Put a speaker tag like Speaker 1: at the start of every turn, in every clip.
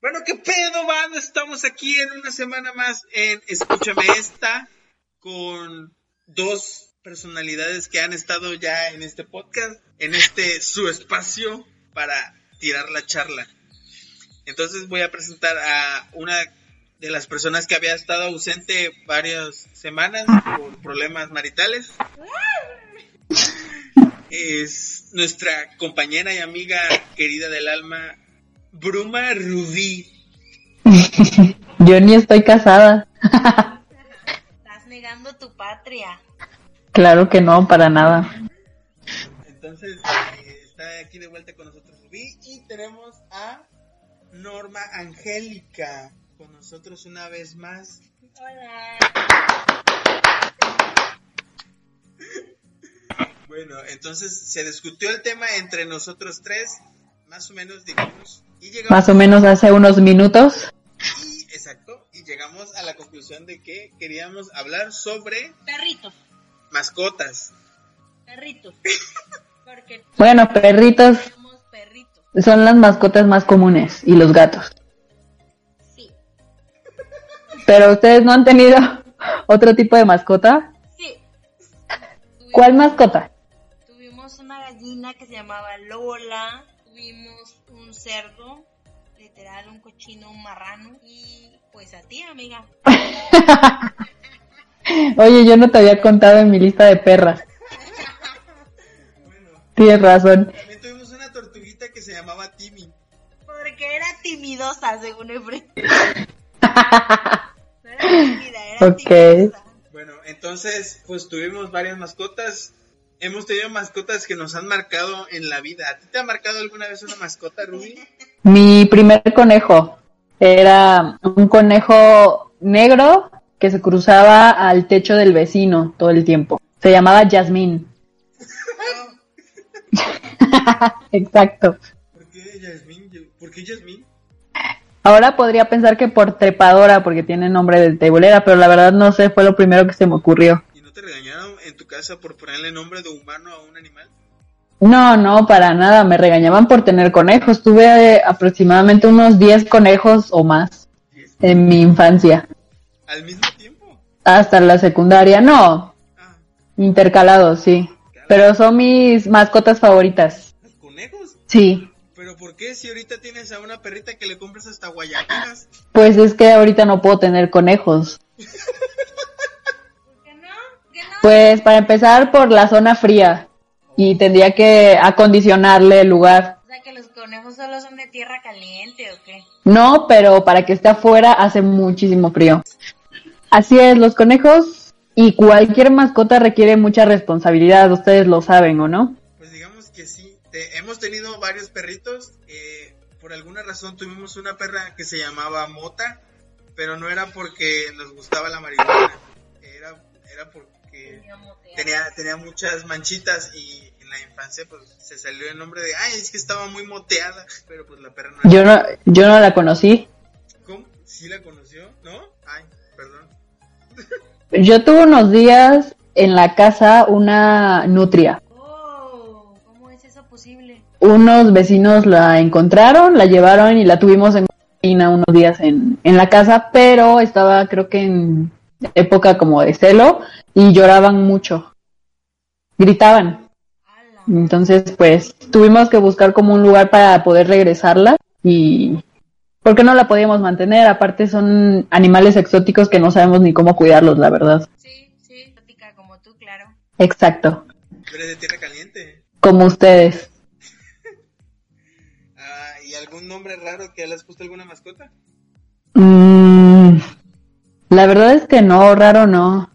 Speaker 1: Bueno, ¿qué pedo, banda? Estamos aquí en una semana más en Escúchame Esta con dos personalidades que han estado ya en este podcast, en este su espacio para tirar la charla. Entonces voy a presentar a una de las personas que había estado ausente varias semanas por problemas maritales. Es nuestra compañera y amiga querida del alma, Bruma Rubí.
Speaker 2: Yo ni estoy casada.
Speaker 3: Estás negando tu patria.
Speaker 2: Claro que no, para nada.
Speaker 1: Entonces, eh, está aquí de vuelta con nosotros Rubí y tenemos a Norma Angélica con nosotros una vez más.
Speaker 3: Hola.
Speaker 1: Bueno, entonces se discutió el tema entre nosotros tres, más o menos digamos, y llegamos
Speaker 2: Más o menos hace unos minutos.
Speaker 1: y- exacto, y llegamos a la conclusión de que queríamos hablar sobre
Speaker 3: Perritos,
Speaker 1: mascotas.
Speaker 3: perritos. Porque
Speaker 2: Bueno, perritos
Speaker 3: somos perritos.
Speaker 2: son las mascotas más comunes y los gatos.
Speaker 3: Sí,
Speaker 2: Pero ustedes no han tenido otro tipo de mascota.
Speaker 3: sí.
Speaker 2: ¿Cuál mascota?
Speaker 3: Tuvimos una gallina que se llamaba Lola. Tuvimos un cerdo, literal, un cochino, un marrano. Y pues a ti, amiga.
Speaker 2: Oye, yo no te había contado en mi lista de perras. Tienes razón.
Speaker 1: También tuvimos una tortuguita que se llamaba Timmy.
Speaker 3: Porque era timidosa, según Efraín. No era tímida, era
Speaker 2: Ok.
Speaker 3: timidosa.
Speaker 1: Bueno, entonces, pues tuvimos varias mascotas. Hemos tenido mascotas que nos han marcado en la vida. ¿A ti te ha marcado alguna vez una mascota, Ruby?
Speaker 2: Mi primer conejo era un conejo negro que se cruzaba al techo del vecino todo el tiempo. Se llamaba Yasmín. Exacto.
Speaker 1: ¿Por qué Yasmín? Yo- ¿Por qué Yasmín?
Speaker 2: Ahora podría pensar que por trepadora, porque tiene nombre de tebolera, pero la verdad no sé, fue lo primero que se me ocurrió.
Speaker 1: ¿Y no te regañaron en tu casa por ponerle nombre de humano a un animal?
Speaker 2: No, no, para nada, me regañaban por tener conejos. Tuve eh, aproximadamente unos 10 conejos o más
Speaker 1: Yes.
Speaker 2: en mi infancia,
Speaker 1: ¿Al mismo tiempo?
Speaker 2: hasta la secundaria. No,
Speaker 1: Ah,
Speaker 2: Intercalados, sí. Pero son mis mascotas favoritas.
Speaker 1: ¿los conejos?
Speaker 2: Sí.
Speaker 1: ¿Pero por qué si ahorita tienes a una perrita que le compras hasta guayaquinas?
Speaker 2: Pues es que ahorita no puedo tener conejos.
Speaker 3: ¿Por qué no? ¿Por qué no?
Speaker 2: Pues para empezar por la zona fría. Y tendría que acondicionarle el lugar.
Speaker 3: O sea, que los conejos solo son de tierra caliente o qué.
Speaker 2: No, pero para que esté afuera hace muchísimo frío. Así es, los conejos y cualquier mascota requiere mucha responsabilidad. Ustedes lo saben, ¿o no?
Speaker 1: Pues digamos que sí. Te- hemos tenido varios perritos. eh, por alguna razón tuvimos una perra que se llamaba Mota, pero no era porque nos gustaba la marihuana. Era, era porque
Speaker 3: Digamos, te-
Speaker 1: tenía, tenía muchas manchitas y en la infancia pues se salió el nombre de, ay, es que estaba muy moteada, pero pues la perra no era.
Speaker 2: Yo no, yo no la conocí.
Speaker 1: ¿Cómo? ¿Sí la conoció? ¿No? Ay, perdón.
Speaker 2: Yo tuve unos días en la casa una nutria.
Speaker 3: Oh, ¿cómo es eso posible?
Speaker 2: unos vecinos la encontraron, la llevaron y la tuvimos en cuarentena unos días en, en la casa, pero estaba creo que en época como de celo y lloraban mucho, gritaban.
Speaker 3: Ala.
Speaker 2: Entonces pues tuvimos que buscar como un lugar para poder regresarla y porque no la podíamos mantener, aparte son animales exóticos que no sabemos ni cómo cuidarlos, la verdad.
Speaker 3: Sí, sí, tópica como tú, claro.
Speaker 2: Exacto,
Speaker 1: Tú eres de tierra caliente.
Speaker 2: como ustedes.
Speaker 1: Ah, ¿Y algún nombre raro que le has puesto a alguna mascota?
Speaker 2: Mm, la verdad es que no, raro no.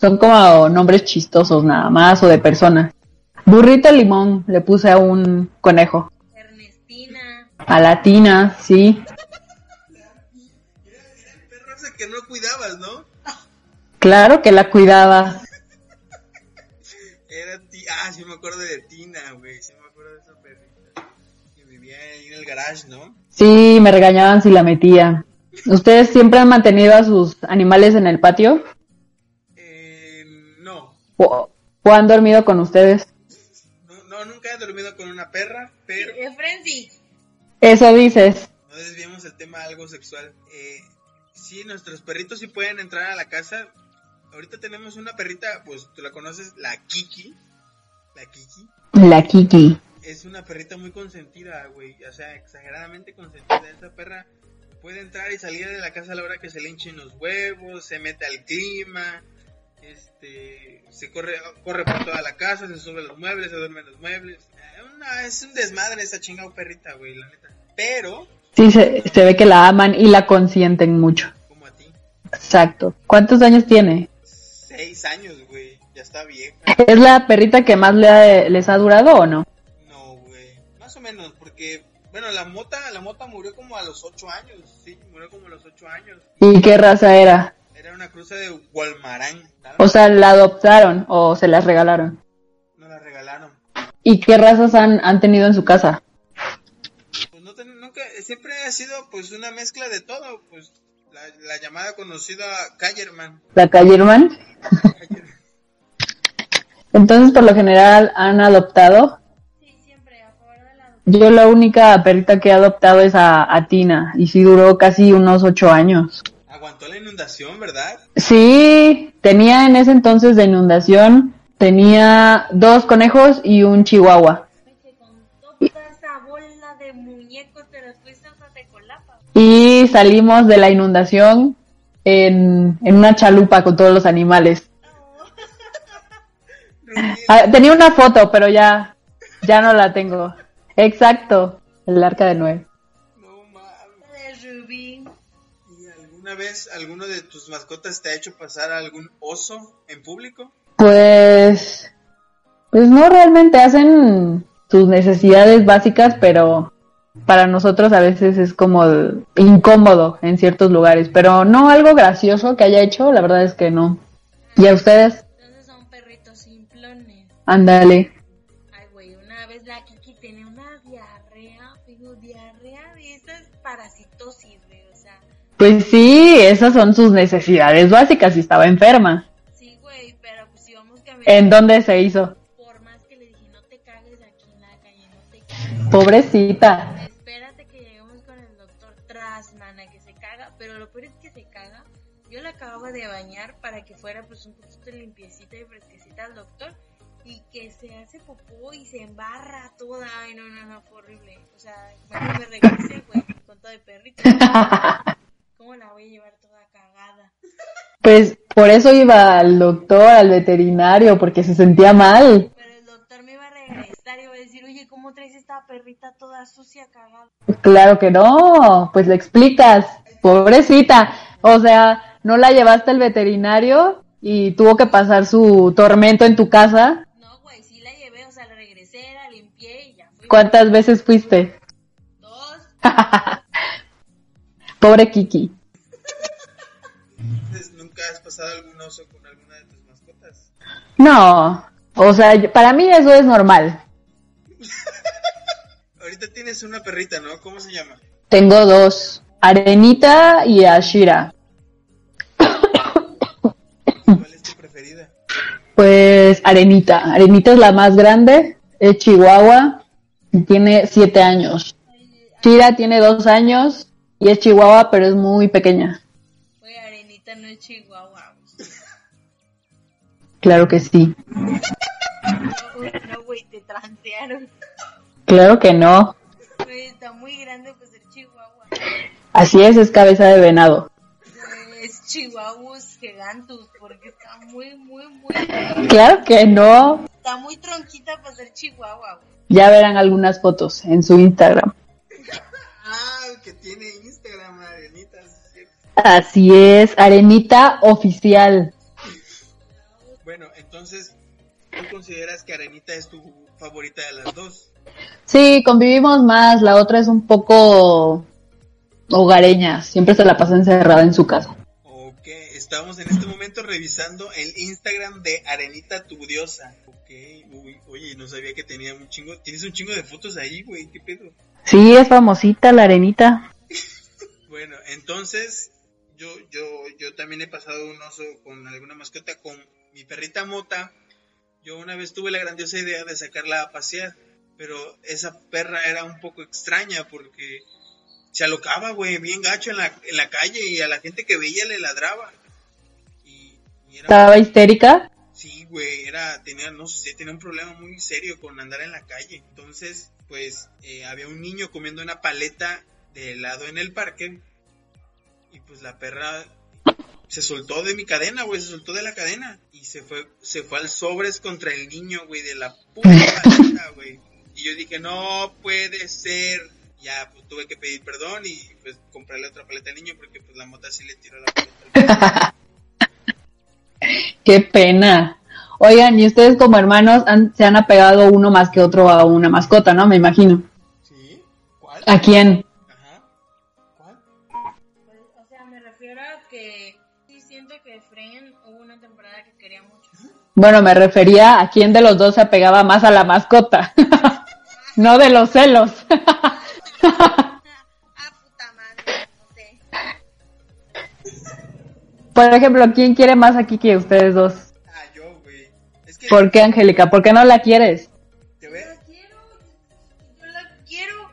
Speaker 2: Son como nombres chistosos nada más o de personas. Burrita limón le puse a un conejo.
Speaker 3: Ernestina.
Speaker 2: A latina, sí.
Speaker 1: Raza que no cuidabas, ¿no?
Speaker 2: Claro que la cuidaba.
Speaker 1: Era ti Ah, sí me acuerdo de Tina, güey. Sí me acuerdo de esa perrita. Que vivía ahí en el garage, ¿no?
Speaker 2: Sí, me regañaban si la metía. ¿Ustedes siempre han mantenido a sus animales en el patio?
Speaker 1: Eh, no.
Speaker 2: ¿O, o han dormido con ustedes?
Speaker 1: no. No, nunca he dormido con una perra, pero
Speaker 3: Efren sí.
Speaker 2: Eso dices.
Speaker 1: no desviemos el tema a algo sexual. Eh, sí, nuestros perritos sí pueden entrar a la casa. Ahorita tenemos una perrita, pues tú la conoces, la Kiki. La Kiki.
Speaker 2: La Kiki.
Speaker 1: es una perrita muy consentida, güey. O sea, exageradamente consentida. Esa perra puede entrar y salir de la casa a la hora que se le hinchen los huevos, se mete al clima, este, se corre, corre por toda la casa, se sube a los muebles, se duerme en los muebles. Eh, una- es un desmadre esa chingada perrita, güey, la neta. Pero,
Speaker 2: Sí, se, se ve que la aman y la consienten mucho.
Speaker 1: como a ti,
Speaker 2: Exacto. ¿Cuántos años tiene?
Speaker 1: seis años, güey, ya está vieja.
Speaker 2: ¿Es la perrita que más le ha- les ha durado o no?
Speaker 1: No, güey. Más o menos, porque, bueno, la mota, la mota murió como a los ocho años, sí, murió como a los ocho años.
Speaker 2: ¿Y qué raza era?
Speaker 1: Era una cruza de Walmarán. ¿sabes?
Speaker 2: O sea, ¿la adoptaron o se las regalaron?
Speaker 1: Nos la regalaron.
Speaker 2: ¿Y qué razas han, han tenido en su casa?
Speaker 1: Pues no ten- nunca, siempre ha sido pues una mezcla de todo, pues la, la llamada conocida Callerman.
Speaker 2: ¿La Callerman? Entonces, por lo general, han adoptado.
Speaker 3: Sí, siempre a favor de la adopción.
Speaker 2: Yo la única perrita que he adoptado es a, a Tina y sí duró casi unos ocho años.
Speaker 1: Aguantó la inundación, ¿verdad?
Speaker 2: Sí, tenía en ese entonces de inundación, tenía dos conejos y un chihuahua.
Speaker 3: Que con toda esa bola de muñecos te los fuiste a Zatecolapa.
Speaker 2: Y salimos de la inundación en, en una chalupa con todos los animales. Ah, tenía una foto, pero ya, ya no la tengo. Exacto, el arca de Noé.
Speaker 1: No mames.
Speaker 3: La de Rubí.
Speaker 1: ¿Y alguna vez alguno de tus mascotas te ha hecho pasar a algún oso en público?
Speaker 2: Pues, pues no realmente hacen sus necesidades básicas, pero para nosotros a veces es como el- incómodo en ciertos lugares. Pero no algo gracioso que haya hecho, la verdad es que no. ¿Y a ustedes?
Speaker 3: Entonces son perritos simplones.
Speaker 2: Ándale.
Speaker 3: Ay, güey, una vez la Kiki tenía una diarrea, digo, diarrea de esas parasitosis, güey, o sea,
Speaker 2: Pues sí, esas son sus necesidades básicas y estaba enferma.
Speaker 3: sí, güey, pero pues íbamos caminando,
Speaker 2: ¿En dónde se hizo?
Speaker 3: por más que le dije, no te cagues aquí en la calle, no te cagues,
Speaker 2: Pobrecita.
Speaker 3: espérate que lleguemos con el doctor tras, mana, que se caga, pero lo peor es que se caga, yo la acababa de bañar para que fuera pues un poquito limpiecita y fresquecita al doctor, y que se hace popó y se embarra toda, ay, no, no, no, fue horrible, o sea, mejor me regresé, güey, con todo de perrito. ¿Cómo la voy a llevar toda cagada?
Speaker 2: Pues por eso iba al doctor, al veterinario, porque se sentía mal.
Speaker 3: Pero el doctor me iba a regresar y iba a decir, oye, ¿cómo traes esta perrita toda sucia, cagada?
Speaker 2: Claro que no, pues le explicas, pobrecita. O sea, no la llevaste al veterinario y tuvo que pasar su tormento en tu casa.
Speaker 3: No, güey, sí la llevé, o sea, la regresé, la limpié y ya fui.
Speaker 2: ¿Cuántas veces fuiste?
Speaker 3: Dos.
Speaker 2: Pobre Kiki.
Speaker 1: Entonces, ¿Nunca has pasado algún oso con alguna de tus mascotas?
Speaker 2: No, o sea, yo- para mí eso es normal.
Speaker 1: Ahorita tienes una perrita, ¿no? ¿Cómo se llama?
Speaker 2: Tengo dos, Arenita y Ashira.
Speaker 1: ¿Cuál es tu preferida?
Speaker 2: Pues Arenita, Arenita es la más grande, es Chihuahua, y tiene siete años. Ashira tiene dos años y es Chihuahua, pero es muy pequeña.
Speaker 3: Güey, Arenita no es chihuahua.
Speaker 2: Claro que sí.
Speaker 3: No, güey, No, güey, te transearon.
Speaker 2: Claro que no.
Speaker 3: Güey, está muy grande para ser chihuahua.
Speaker 2: Así es, es cabeza de venado.
Speaker 3: Güey, Es Pues, chihuahuas gigantus, porque está muy, muy, muy...
Speaker 2: Claro que no.
Speaker 3: Está muy tronquita para ser chihuahua, güey.
Speaker 2: Ya verán algunas fotos en su Instagram.
Speaker 1: Ah, que tiene Instagram, Arenita. sí es cierto.
Speaker 2: Así es, Arenita Oficial.
Speaker 1: Entonces, ¿tú consideras que Arenita es tu favorita de las dos?
Speaker 2: Sí, convivimos más. La otra es un poco hogareña. Siempre se la pasa encerrada en su casa.
Speaker 1: Ok, estamos en este momento revisando el Instagram de Arenita tu diosa. Ok, uy, oye, no sabía que tenía un chingo. Tienes un chingo de fotos ahí, güey, qué pedo.
Speaker 2: Sí, es famosita la arenita.
Speaker 1: Bueno, entonces yo, yo, yo también he pasado un oso con alguna mascota, con mi perrita Mota. Yo una vez tuve la grandiosa idea de sacarla a pasear, pero esa perra era un poco extraña porque se alocaba, güey, bien gacho en la, en la calle y a la gente que veía le ladraba. Y, y era-
Speaker 2: Estaba histérica.
Speaker 1: Sí, güey, era, tenía, no sé, tenía un problema muy serio con andar en la calle. Entonces, pues, eh, había un niño comiendo una paleta de helado en el parque. Y pues la perra se soltó de mi cadena, güey, se soltó de la cadena. Y se fue, se fue al sobres contra el niño, güey, de la puta paleta, güey. Y yo dije, no puede ser. Ya, pues tuve que pedir perdón y pues comprarle otra paleta al niño porque pues la mota sí le tiró la paleta. al niño.
Speaker 2: Qué pena. Oigan, y ustedes como hermanos han- se han apegado uno más que otro a una mascota, ¿no? Me imagino.
Speaker 1: ¿Sí? ¿Cuál?
Speaker 2: ¿A quién?
Speaker 1: Ajá. ¿Cuál?
Speaker 3: Pues, o sea, me refiero a que sí siento que Fren hubo una temporada que quería mucho.
Speaker 2: Bueno, me refería a quién de los dos se apegaba más a la mascota. no de los celos.
Speaker 3: ah, puta madre, no sé.
Speaker 2: Por ejemplo, ¿quién quiere más aquí que ustedes dos?
Speaker 1: Ah, yo, güey. Es que
Speaker 2: ¿Por qué, Angélica? ¿Por qué no la quieres?
Speaker 1: te voy,
Speaker 3: La
Speaker 1: a,
Speaker 3: quiero, yo la quiero.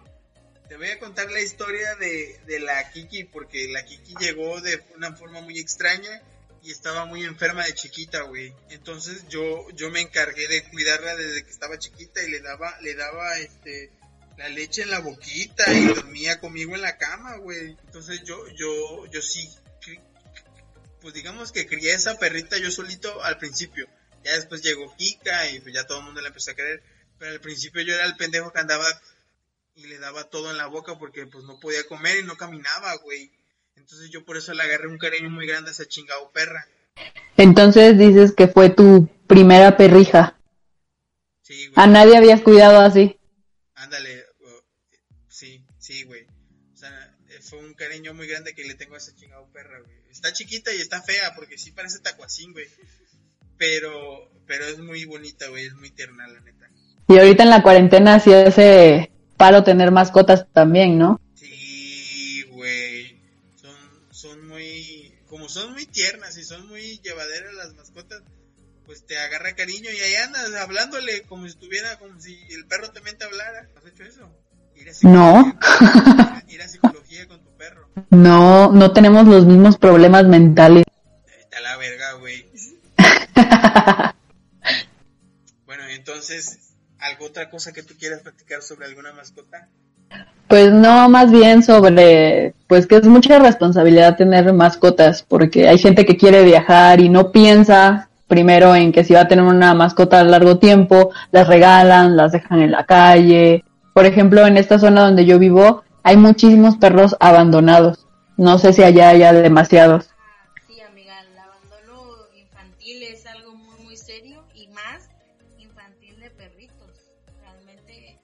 Speaker 1: te voy a contar la historia de, de la Kiki, porque la Kiki llegó de una forma muy extraña y estaba muy enferma de chiquita, güey. Entonces yo, yo me encargué de cuidarla desde que estaba chiquita y le daba, le daba este la leche en la boquita y dormía conmigo en la cama, güey. Entonces yo, yo, yo sí, cri- pues digamos que crié esa perrita yo solito al principio. Ya después llegó Kika y pues ya todo el mundo la empezó a querer. Pero al principio yo era el pendejo que andaba y le daba todo en la boca porque pues no podía comer y no caminaba, güey. Entonces yo por eso le agarré un cariño muy grande a esa chingado perra.
Speaker 2: Entonces dices que fue tu primera perrija.
Speaker 1: Sí, güey.
Speaker 2: A nadie habías cuidado así.
Speaker 1: Ándale. o- Sí, sí, güey. O sea, eh, fue un cariño muy grande que le tengo a esa chingado perra, güey. Está chiquita y está fea porque sí parece tacuacín, güey. Pero, pero es muy bonita, güey. Es muy tierna, la neta.
Speaker 2: Y ahorita en la cuarentena sí hace paro tener mascotas también, ¿no?
Speaker 1: Sí, güey. Son, son muy, como son muy tiernas y son muy llevaderas las mascotas, pues te agarra cariño y ahí andas hablándole como si estuviera, como si el perro también te hablara. ¿Has hecho eso? Ir a
Speaker 2: No.
Speaker 1: psicología- Ir a psicología con tu perro.
Speaker 2: No, no tenemos los mismos problemas mentales.
Speaker 1: Está la verga, güey. Bueno, entonces, ¿algo otra cosa que tú quieras platicar sobre alguna mascota?
Speaker 2: Pues no, más bien sobre, pues que es mucha responsabilidad tener mascotas, porque hay gente que quiere viajar y no piensa primero en que si va a tener una mascota a largo tiempo, las regalan, las dejan en la calle. Por ejemplo, en esta zona donde yo vivo hay muchísimos perros abandonados. No sé si allá haya demasiados.
Speaker 3: Ah, sí, amiga, el abandono infantil es algo muy, muy serio y más infantil de perritos. Realmente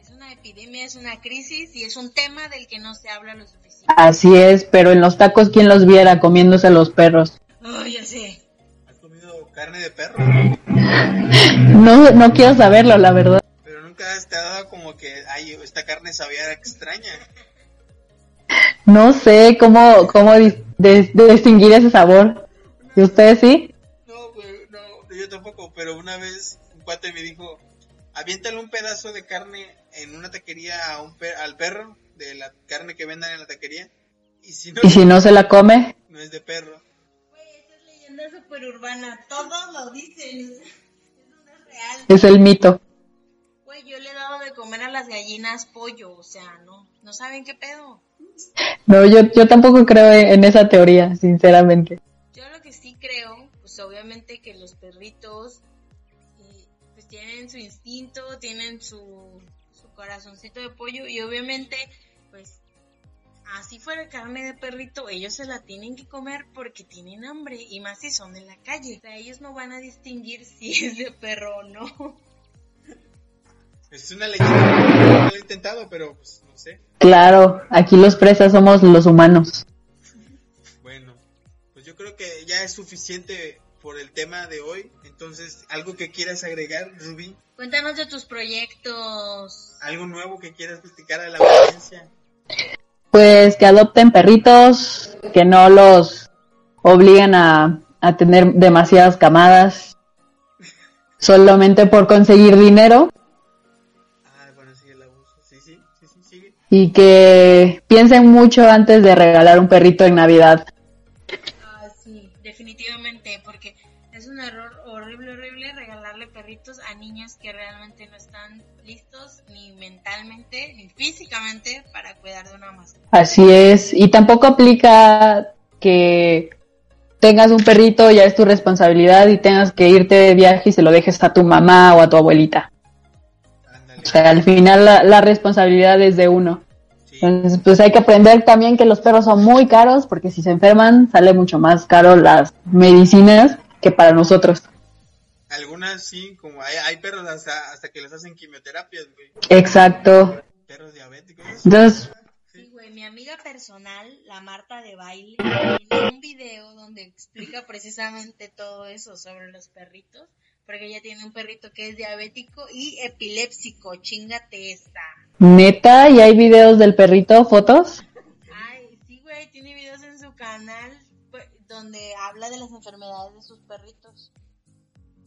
Speaker 3: es una epidemia, es una crisis y es un tema del que no se habla lo suficiente.
Speaker 2: Así es, pero en los tacos quién los viera comiéndose los perros.
Speaker 3: Oh, ya sé.
Speaker 1: ¿Has comido carne de perro?
Speaker 2: No, no quiero saberlo, la verdad.
Speaker 1: Pero nunca has- te ha dado como que, ay, esta carne sabía extraña.
Speaker 2: No sé cómo, cómo dis- des- distinguir ese sabor. ¿Y ustedes sí?
Speaker 1: No, güey, no, yo tampoco, pero una vez un cuate me dijo, aviéntale un pedazo de carne en una taquería a un per- al perro, de la carne que vendan en la taquería, y si no,
Speaker 2: ¿Y si no se la come?
Speaker 1: no es de perro.
Speaker 3: Güey, esa es leyenda superurbana. Todos lo dicen. Eso no es real.
Speaker 2: Es el mito.
Speaker 3: Güey, yo le daba de comer a las gallinas pollo. O sea, no, no saben qué pedo.
Speaker 2: No, yo, yo tampoco creo en esa teoría, sinceramente.
Speaker 3: Yo lo que sí creo, pues obviamente que los perritos eh, pues tienen su instinto, tienen su, su corazoncito de pollo y obviamente pues así fuera carne de perrito, ellos se la tienen que comer porque tienen hambre y más si son de la calle. O sea, ellos no van a distinguir si es de perro o no.
Speaker 1: Es una leyenda, no lo he intentado, pero pues no sé.
Speaker 2: Claro, aquí los presas somos los humanos.
Speaker 1: Bueno, pues yo creo que ya es suficiente por el tema de hoy. Entonces, ¿algo que quieras agregar, Rubí?
Speaker 3: Cuéntanos de tus proyectos.
Speaker 1: ¿Algo nuevo que quieras platicar a la audiencia?
Speaker 2: Pues que adopten perritos, que no los obligan a, a tener demasiadas camadas solamente por conseguir dinero
Speaker 1: Ah, bueno, sigue el abuso. Sí, sí, sí, sí, sigue.
Speaker 2: y que piensen mucho antes de regalar un perrito en Navidad.
Speaker 3: Ah, sí, definitivamente, porque es un error horrible, horrible regalarle perritos a niños que realmente no están listos ni mentalmente ni físicamente para cuidar de una mascota.
Speaker 2: Así es, y tampoco aplica que tengas un perrito, ya es tu responsabilidad y tengas que irte de viaje y se lo dejes a tu mamá o a tu abuelita.
Speaker 1: Ándale.
Speaker 2: O sea, al final la, la responsabilidad es de uno.
Speaker 1: Sí,
Speaker 2: Entonces, pues hay que aprender también que los perros son muy caros porque si se enferman sale mucho más caro las medicinas que para nosotros.
Speaker 1: algunas sí, como hay, hay perros hasta, hasta que les hacen quimioterapias, güey.
Speaker 2: Exacto.
Speaker 1: Perros diabéticos. ¿no?
Speaker 2: Entonces,
Speaker 3: Sí, güey, mi amiga personal, la Marta de baile, tiene un video donde explica precisamente todo eso sobre los perritos, porque ella tiene un perrito que es diabético y epiléptico, chingate esta.
Speaker 2: neta, y hay videos del perrito, fotos.
Speaker 3: Ay, sí, güey, tiene videos en su canal pues, donde habla de las enfermedades de sus perritos.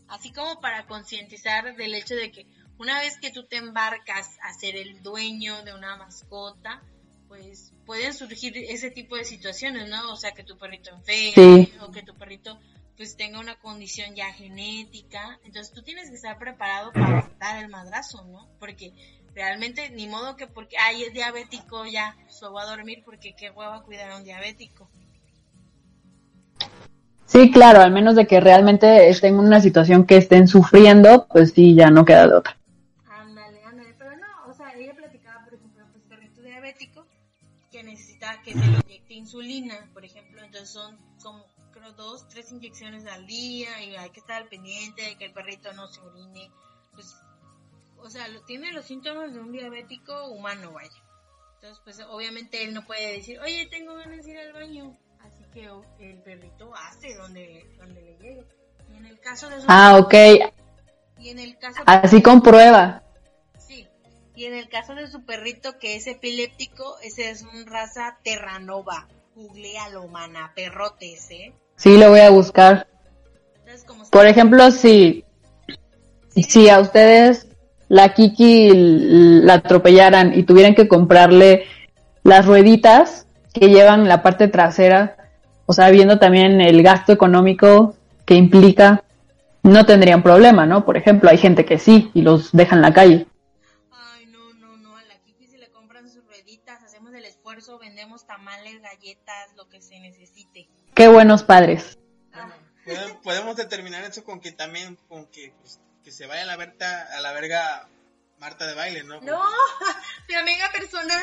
Speaker 3: Así como para concientizar del hecho de que una vez que tú te embarcas a ser el dueño de una mascota, pues pueden surgir ese tipo de situaciones, ¿no? O sea, que tu perrito enferme
Speaker 2: Sí.
Speaker 3: o que tu perrito pues tenga una condición ya genética. Entonces tú tienes que estar preparado para dar el madrazo, ¿no? Porque realmente ni modo que porque ay es diabético ya se voy a dormir porque qué hueva cuidar a un diabético
Speaker 2: Sí, claro, al menos de que realmente estén en una situación que estén sufriendo, pues sí, ya no queda de otra.
Speaker 3: ándale ándale pero no o sea ella platicaba por ejemplo pues perrito diabético que necesita que se le inyecte insulina por ejemplo entonces son como creo dos tres inyecciones al día y hay que estar al pendiente de que el perrito no se orine pues o sea lo, tiene los síntomas de un diabético humano vaya Entonces, pues obviamente él no puede decir, oye, tengo ganas de ir al baño. Así que o- el perrito hace donde, donde le llegue. Y en el caso de su-
Speaker 2: Ah, ok,
Speaker 3: y en el caso
Speaker 2: así comprueba.
Speaker 3: sí. Y en el caso de su perrito que es epiléptico, ese es un raza terranova. Googlealo, mana, perrotes, ¿eh?
Speaker 2: Sí, lo voy a buscar.
Speaker 3: Entonces, como
Speaker 2: Por ejemplo, si, si a ustedes la Kiki l- la atropellaran y tuvieran que comprarle las rueditas que llevan en la parte trasera, o sea, viendo también el gasto económico que implica, no tendrían problema, ¿no? Por ejemplo, hay gente que sí y los deja en la calle.
Speaker 3: Ay, no, no, no, a la Kiki se le compran sus rueditas, hacemos el esfuerzo, vendemos tamales, galletas, lo que se necesite.
Speaker 2: Qué buenos padres.
Speaker 1: Ah, Podemos- Podemos determinar eso con que también, con que, pues, que se vaya a la, verta, a la verga Marta de baile, ¿no?
Speaker 3: No, mi amiga personal.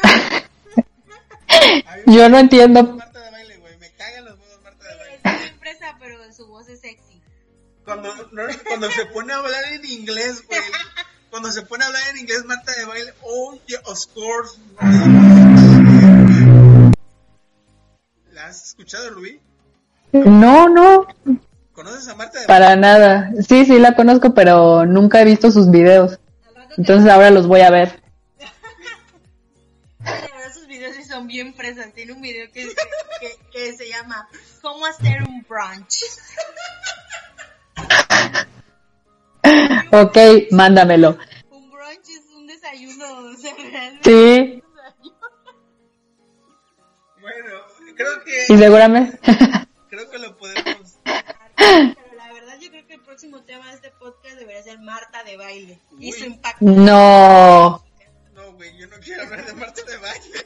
Speaker 1: Ay,
Speaker 2: Yo no entiendo.
Speaker 1: Marta de baile, güey. Me cagan los huevos Marta de baile.
Speaker 3: Es una empresa, pero su voz es sexy.
Speaker 1: Cuando, no, cuando se pone a hablar en inglés, güey. Cuando se pone a hablar en inglés, Marta de baile. Oh, yeah, of course. ¿La has escuchado, Rubí?
Speaker 2: No, no,
Speaker 1: ¿Conoces a Marta de baile?
Speaker 2: para nada. Sí, sí la conozco, pero nunca he visto sus videos.
Speaker 3: Al rato te
Speaker 2: Entonces ahora los voy a ver.
Speaker 3: la verdad, sus videos sí son bien presas. Tiene un video que, que, que se llama ¿Cómo hacer un brunch?
Speaker 2: Ok, mándamelo.
Speaker 3: Un brunch es un desayuno, o sea, realmente.
Speaker 2: Sí,
Speaker 1: Bueno, creo que,
Speaker 2: y seguramente.
Speaker 1: creo que lo podemos.
Speaker 3: Pero la verdad, yo creo que el próximo tema de este podcast debería ser Marta de baile y su
Speaker 1: Uy.
Speaker 3: impacto.
Speaker 2: Mm. no.
Speaker 1: No, güey, yo no quiero hablar de Marta de baile.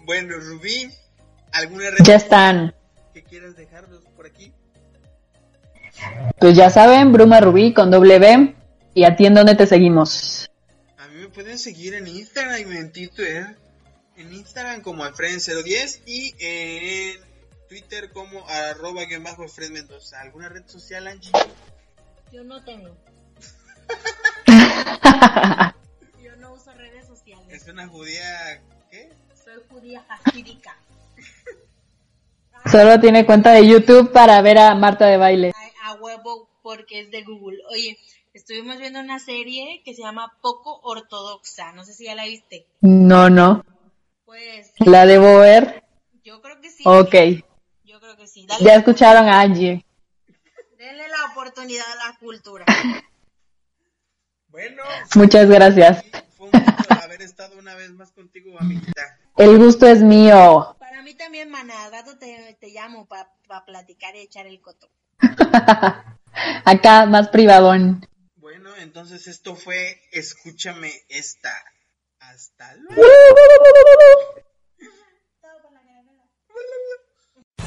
Speaker 1: Bueno, Rubí, ¿alguna red
Speaker 2: Ya están.
Speaker 1: que quieras dejarnos por aquí?
Speaker 2: Pues ya saben, Bruma Rubí con doble B. Y a ti en dónde te seguimos.
Speaker 1: A mí me pueden seguir en Instagram y en Twitter. ¿eh? en Instagram como Efren010 y en Twitter como arroba guión bajo Efren Mendoza. ¿Alguna red social, Angie?
Speaker 3: Yo no tengo. Yo no uso redes sociales.
Speaker 1: Es una judía, ¿qué?
Speaker 3: Soy judía fastidica.
Speaker 2: Solo tiene cuenta de YouTube para ver a Marta de baile.
Speaker 3: a, a huevo porque es de Google. Oye, estuvimos viendo una serie que se llama Poco Ortodoxa. No sé si ya la viste.
Speaker 2: No, no.
Speaker 3: Pues
Speaker 2: La debo ver.
Speaker 3: yo creo que sí.
Speaker 2: Ok.
Speaker 3: Yo creo que sí. Dale,
Speaker 2: Ya escucharon a Angie.
Speaker 3: denle la oportunidad a la cultura.
Speaker 1: Bueno,
Speaker 2: Muchas gracias.
Speaker 1: fue un gusto haber estado una vez más contigo, amiguita.
Speaker 2: El gusto es mío.
Speaker 3: Para mí también, maná, al rato te, te llamo para platicar y echar el coto.
Speaker 2: Acá más privadón.
Speaker 1: Bueno, entonces esto fue Escúchame esta. Hasta luego.